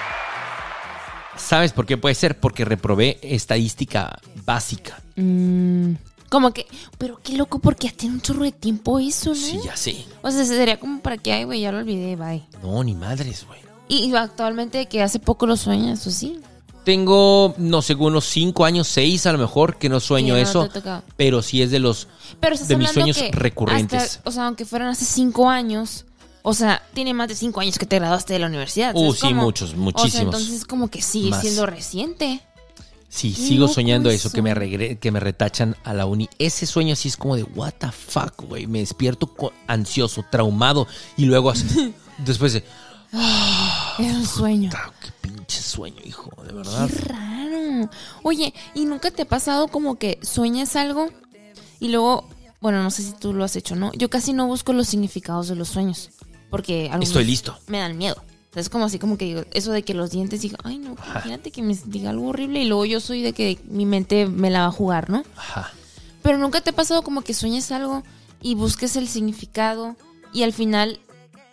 A: ¿Sabes por qué puede ser? Porque reprobé estadística básica.
B: Mm, como que. Pero qué loco porque ya tiene un chorro de tiempo eso, ¿no?
A: Sí, ya sé.
B: O sea, sería como para que, ay, güey, ya lo olvidé, bye.
A: No, ni madres, güey.
B: Y y actualmente que hace poco lo sueñas, ¿o sí?
A: Tengo, no sé, unos 5 años, 6 a lo mejor, que no sueño
B: Que no
A: eso.
B: te toca.
A: pero sí es de los...
B: Pero estás
A: De mis
B: hablando
A: sueños
B: que
A: recurrentes.
B: hasta- o sea, aunque fueran hace cinco años, o sea, tiene más de cinco años que te graduaste de la universidad.
A: Uh,
B: ¿sabes
A: sí,
B: cómo?
A: muchos,
B: O sea,
A: muchísimos.
B: entonces como que sigue
A: Más.
B: siendo reciente.
A: Sí,
B: Qué
A: sigo
B: loco
A: soñando eso,
B: eso.
A: que, me regre- que me retachan a la uni. Ese sueño sí es como de, what the fuck, güey. Me despierto co- ansioso, traumado, y luego así- después de,
B: Es un sueño.
A: "Ah, qué pinche sueño, hijo, de verdad.
B: Qué raro. Oye, ¿y nunca te ha pasado como que sueñas algo y luego, bueno, no sé si tú lo has hecho, ¿no? Yo casi no busco los significados de los sueños. Porque algunos
A: Estoy listo.
B: me dan miedo. O sea, es como así como que digo, eso de que los dientes digo, ay no, imagínate que me diga algo horrible y luego yo soy de que mi mente me la va a jugar, ¿no?
A: Ajá.
B: Pero nunca te ha pasado como que sueñes algo y busques el significado y al final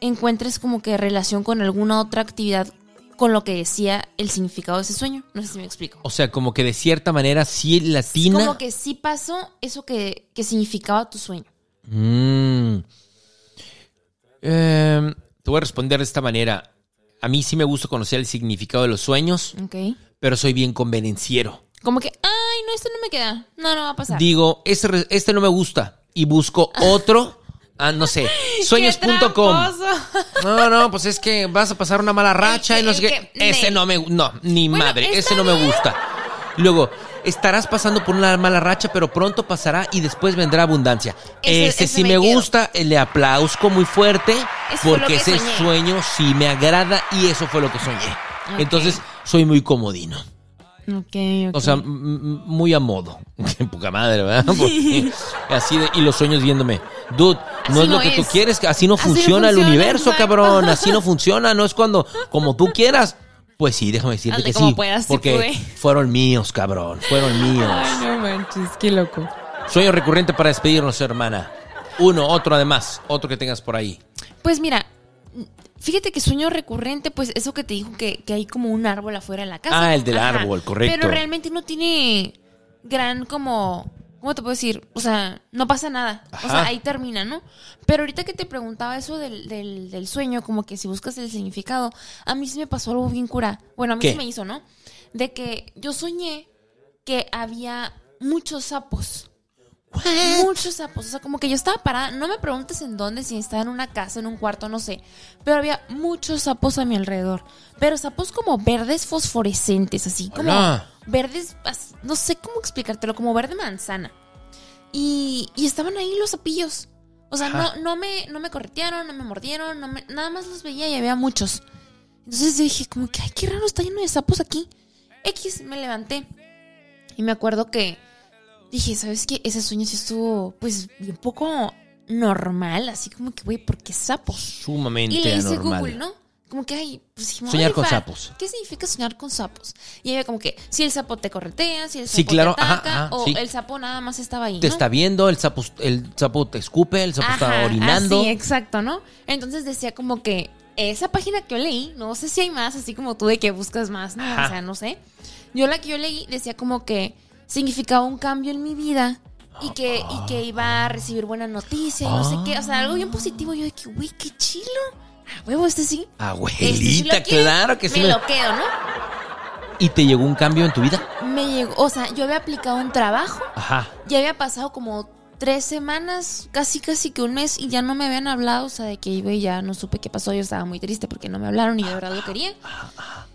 B: encuentres como que relación con alguna otra actividad con lo que decía el significado de ese sueño. No sé si me explico.
A: O sea, como que de cierta manera sí latina.
B: Como que sí pasó eso que, que significaba tu sueño.
A: Mm. Em, te voy a responder de esta manera. A mí sí me gusta conocer el significado de los sueños,
B: Ok.
A: pero soy bien convenenciero.
B: Como que, ay, no, esto no me queda. No, no va a pasar.
A: Digo, este, re- este no me gusta y busco otro. Ah, no sé, sueños.com.
B: tramposo!
A: No, no, pues es que vas a pasar una mala racha
B: que-
A: y no sé
B: el
A: qué.
B: que-
A: Ese
B: ne-
A: no me gu- No, ni
B: Bueno,
A: madre,
B: está
A: ese no me gusta. Luego, estarás pasando por una mala racha, pero pronto pasará y después vendrá abundancia.
B: Ese-
A: ese
B: ese
A: sí
B: me
A: me,
B: quedo.
A: gusta, eh, le aplausco muy fuerte
B: Eso fue lo
A: porque
B: que
A: ese
B: soñé.
A: sueño sí me agrada y eso fue lo que soñé.
B: Ok.
A: Entonces, soy muy comodino.
B: Ok, ok.
A: O sea, m- m- muy a modo. Qué poca madre, ¿verdad? Porque así de, y los sueños viéndome. Dude, no
B: Así
A: es lo
B: no
A: que tú
B: es.
A: quieres, que así no
B: Así no
A: funciona el
B: funciona,
A: universo,
B: exacto.
A: cabrón. Así no funciona, no es cuando, como tú quieras. Pues sí, déjame decirte
B: Hazle
A: que
B: como
A: sí.
B: puedas, sí
A: porque
B: pude.
A: fueron míos, cabrón. Fueron míos.
B: Ay, no manches, qué loco.
A: Sueño recurrente para despedirnos, hermana. Uno, otro además, otro que tengas por ahí.
B: Pues mira, fíjate que sueño recurrente, pues eso que te dijo que, que hay como un árbol afuera de la casa.
A: Ah, el del árbol, correcto.
B: Pero realmente no tiene gran como, ¿cómo te puedo decir? O sea, no pasa nada. O
A: Ajá.
B: sea, ahí termina, ¿no? Pero ahorita que te preguntaba eso del, del- del sueño, como que si buscas el significado, a mí sí me pasó algo bien cura. Bueno, a mí
A: ¿Qué?
B: sí me hizo, ¿no? De que yo soñé que había muchos sapos. Muchos sapos. O sea, como que yo estaba parada. No me preguntes en dónde, si estaba en una casa, en un cuarto, no sé. Pero había muchos sapos a mi alrededor. Pero sapos como verdes fosforescentes, así como
A: Hola.
B: verdes, as- no sé cómo explicártelo, como verde manzana. Y, y estaban ahí los sapillos. O sea,
A: Ajá.
B: no, no, me, no me corretearon, no me mordieron, no me- nada más los veía y había muchos. Entonces yo dije, como que, ay, qué raro, está lleno de sapos aquí. X, me levanté. Y me acuerdo que dije, ¿sabes qué? Ese sueño sí estuvo, pues, un poco normal, así como que, güey, ¿por qué sapos?
A: Sumamente
B: Y le hice
A: anormal.
B: Google, ¿no? Como que, ay, pues dije, me voy a
A: Soñar con
B: rifar.
A: sapos.
B: ¿Qué significa soñar con sapos? Y había como que, si el sapo te corretea, si el sapo
A: Sí, claro,
B: te
A: ajá,
B: ataca,
A: ajá,
B: o
A: sí.
B: el sapo nada más estaba ahí,
A: Te
B: ¿no?
A: está viendo, el sapo, el sapo te escupe, el sapo está
B: Ajá,
A: orinando.
B: Así, exacto, ¿no? Entonces decía como que esa página que yo leí, no sé si hay más, así como tú de que buscas más, ¿no?
A: Ajá.
B: O sea, no sé. Yo la que yo leí decía como que significaba un cambio en mi vida y que, y que iba a recibir buena noticia y no sé qué. O sea, algo bien positivo. Yo de que, uy, qué chilo. A huevo, este sí. Este sí lo
A: Abuelita,
B: quiero,
A: claro que sí.
B: Me
A: me-
B: lo quedo, ¿no?
A: ¿Y te llegó un cambio en tu vida?
B: Me llegó, o sea, yo había aplicado un trabajo
A: Ajá.
B: Ya había pasado como tres semanas, casi casi que un mes, y ya no me habían hablado. O sea, de que güey, ya no supe qué pasó. Yo estaba muy triste porque no me hablaron y de verdad lo quería.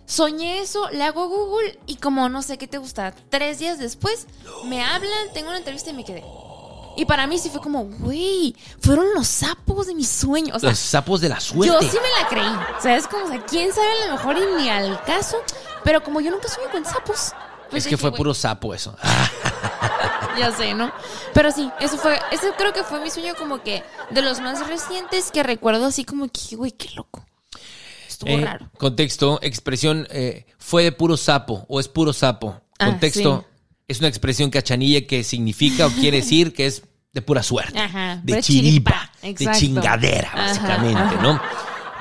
B: Soñé eso, le hago Google y como no sé qué te gusta, tres días después me hablan, tengo una entrevista y me quedé. Y para mí sí fue como, güey, fueron los sapos de mi sueño. O sea,
A: Los sapos de la
B: yo
A: suerte.
B: sí me la creí. O sea, es como, o sea, quién sabe a lo mejor y ni al caso, pero como yo nunca sueño con sapos.
A: es
B: pues
A: que
B: dije,
A: fue
B: "Güey,
A: puro sapo eso.
B: ya sé, ¿no? Pero sí, eso fue, ese creo que fue mi sueño como que de los más recientes que recuerdo así como que, güey, qué loco. Estuvo
A: Eh,
B: raro.
A: Contexto, expresión, eh, fue de puro sapo o es puro sapo.
B: Ah,
A: Contexto, es una expresión cachanilla que significa o quiere decir que es de pura suerte.
B: Ajá,
A: de
B: pura
A: chiripa,
B: chiripa,
A: de
B: exacto.
A: chingadera,
B: Ajá,
A: básicamente, ¿no?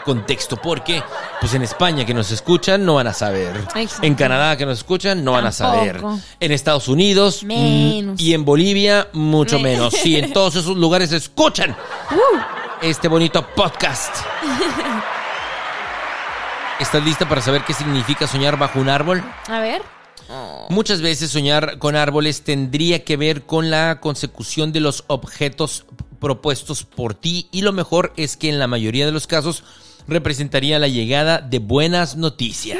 A: Contexto, porque pues en España que nos escuchan no van a saber.
B: Exacto.
A: En Canadá que nos escuchan no van a saber.
B: Tampoco.
A: En Estados Unidos mm,
B: Menos.
A: y en Bolivia mucho
B: Me-
A: menos. Si en todos esos lugares escuchan este bonito podcast. ¿Estás lista para saber qué significa soñar bajo un árbol?
B: A ver.
A: Muchas veces soñar con árboles tendría que ver con la consecución de los objetos propuestos por ti y lo mejor es que en la mayoría de los casos representaría la llegada de buenas noticias.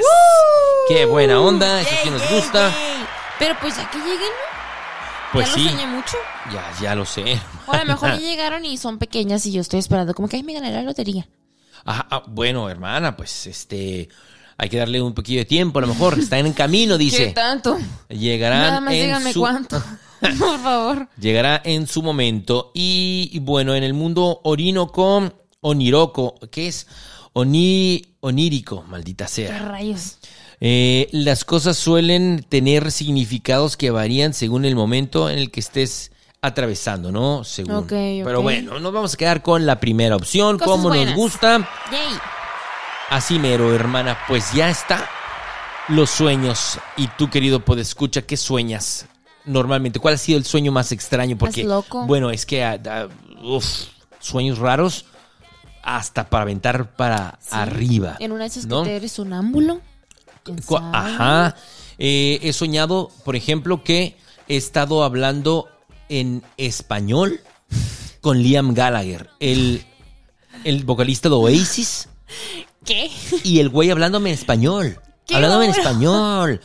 A: ¡Qué buena onda! Eso sí nos
B: Yay,
A: gusta.
B: yay. Pero pues ya que lleguen, ¿no?
A: Pues
B: ya
A: sí,
B: lo soñé mucho.
A: ya, ya lo sé.
B: O a lo mejor ya llegaron y son pequeñas y yo estoy esperando como que ay me ganaré la lotería.
A: Ajá, ah, bueno, hermana, pues este... Hay que darle un poquillo de tiempo, a lo mejor está en camino, dice.
B: ¿Qué tanto?
A: Llegarán
B: Nada más
A: en
B: díganme
A: su-
B: cuánto. Por favor.
A: Llegará en su momento. Y, y bueno, en el mundo Orinoco oniroko, que es oni, onírico, maldita sea.
B: Rayos.
A: Eh, las cosas suelen tener significados que varían según el momento en el que estés atravesando, ¿no? Según.
B: Ok, ok.
A: Pero bueno, nos vamos a quedar con la primera opción,
B: Cosas
A: como nos
B: buenas.
A: gusta.
B: Yay.
A: Así mero, hermana, pues ya está. Los sueños. Y tú, querido podescucha, ¿qué sueñas normalmente? ¿Cuál ha sido el sueño más extraño? Porque,
B: loco.
A: bueno, es que ah, ah, uf, sueños raros hasta para aventar para
B: Sí.
A: arriba.
B: En una de esas
A: Ah. ¿no?
B: que te eres sonámbulo. ¿Quién
A: Cu-
B: sabe?
A: Ajá. Eh, he soñado, por ejemplo, que he estado hablando en español con Liam Gallagher, el, el vocalista de Oasis,
B: ¿Qué?
A: y el güey hablándome en español.
B: ¡Qué
A: Hablándome en
B: bárbaro!
A: español.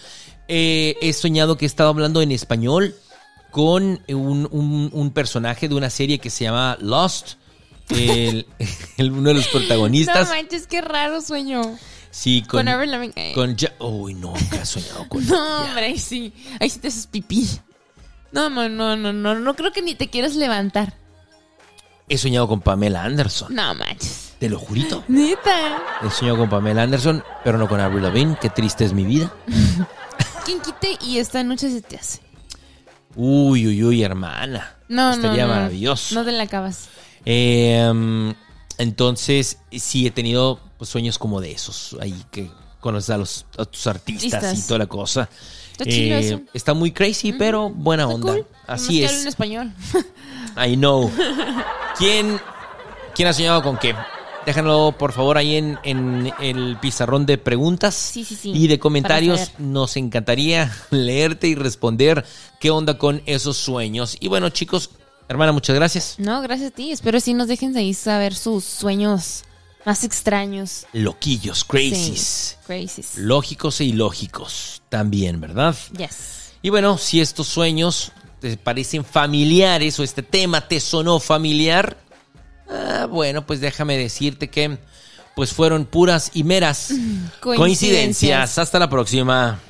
A: Eh, he soñado que he estado hablando en español con un, un- un personaje de una serie que se llama Lost. El, el- uno de los protagonistas.
B: No manches, qué raro sueño.
A: sí,
B: Con,
A: con.
B: Avril Lavigne.
A: con Ja- Uy, no, nunca he soñado con
B: No, hombre, ahí sí. Ahí sí te haces pipí. No, no, no, no, no. No creo que ni te quieras levantar.
A: He soñado con Pamela Anderson.
B: No manches.
A: Te lo jurito.
B: Neta.
A: He soñado con Pamela Anderson, pero no con Avril Lavigne. Qué triste es mi vida.
B: ¿Quién quite y esta noche se te hace?
A: Uy, uy, uy, hermana.
B: No, no.
A: Estaría
B: no.
A: maravilloso.
B: No te la acabas.
A: Eh, mm, entonces, sí, he tenido pues, sueños como de esos. Ahí que conoces a, los, a tus artistas
B: Artistas.
A: y toda la cosa. Eh,
B: Está chido eso.
A: Está muy crazy, pero buena
B: Está
A: onda.
B: cool.
A: Así
B: Nomás que hablo en
A: es.
B: español.
A: I know. ¿Quién, ¿Quién ha soñado con qué? Déjanlo, por favor, ahí en, en el pizarrón de preguntas
B: Sí, sí, sí.
A: y de
B: Para
A: comentarios.
B: saber.
A: Nos encantaría leerte y responder qué onda con esos sueños. Y bueno, chicos, hermana, muchas gracias.
B: No, gracias a ti. Espero sí nos dejen de ahí saber sus sueños más extraños.
A: Loquillos, crazies,
B: Sí, Crazies.
A: lógicos e ilógicos también, ¿verdad?
B: Yes.
A: Y bueno, si estos sueños te parecen familiares o este tema te sonó familiar, ah, bueno, pues déjame decirte que pues fueron puras y meras coincidencias. Hasta la próxima.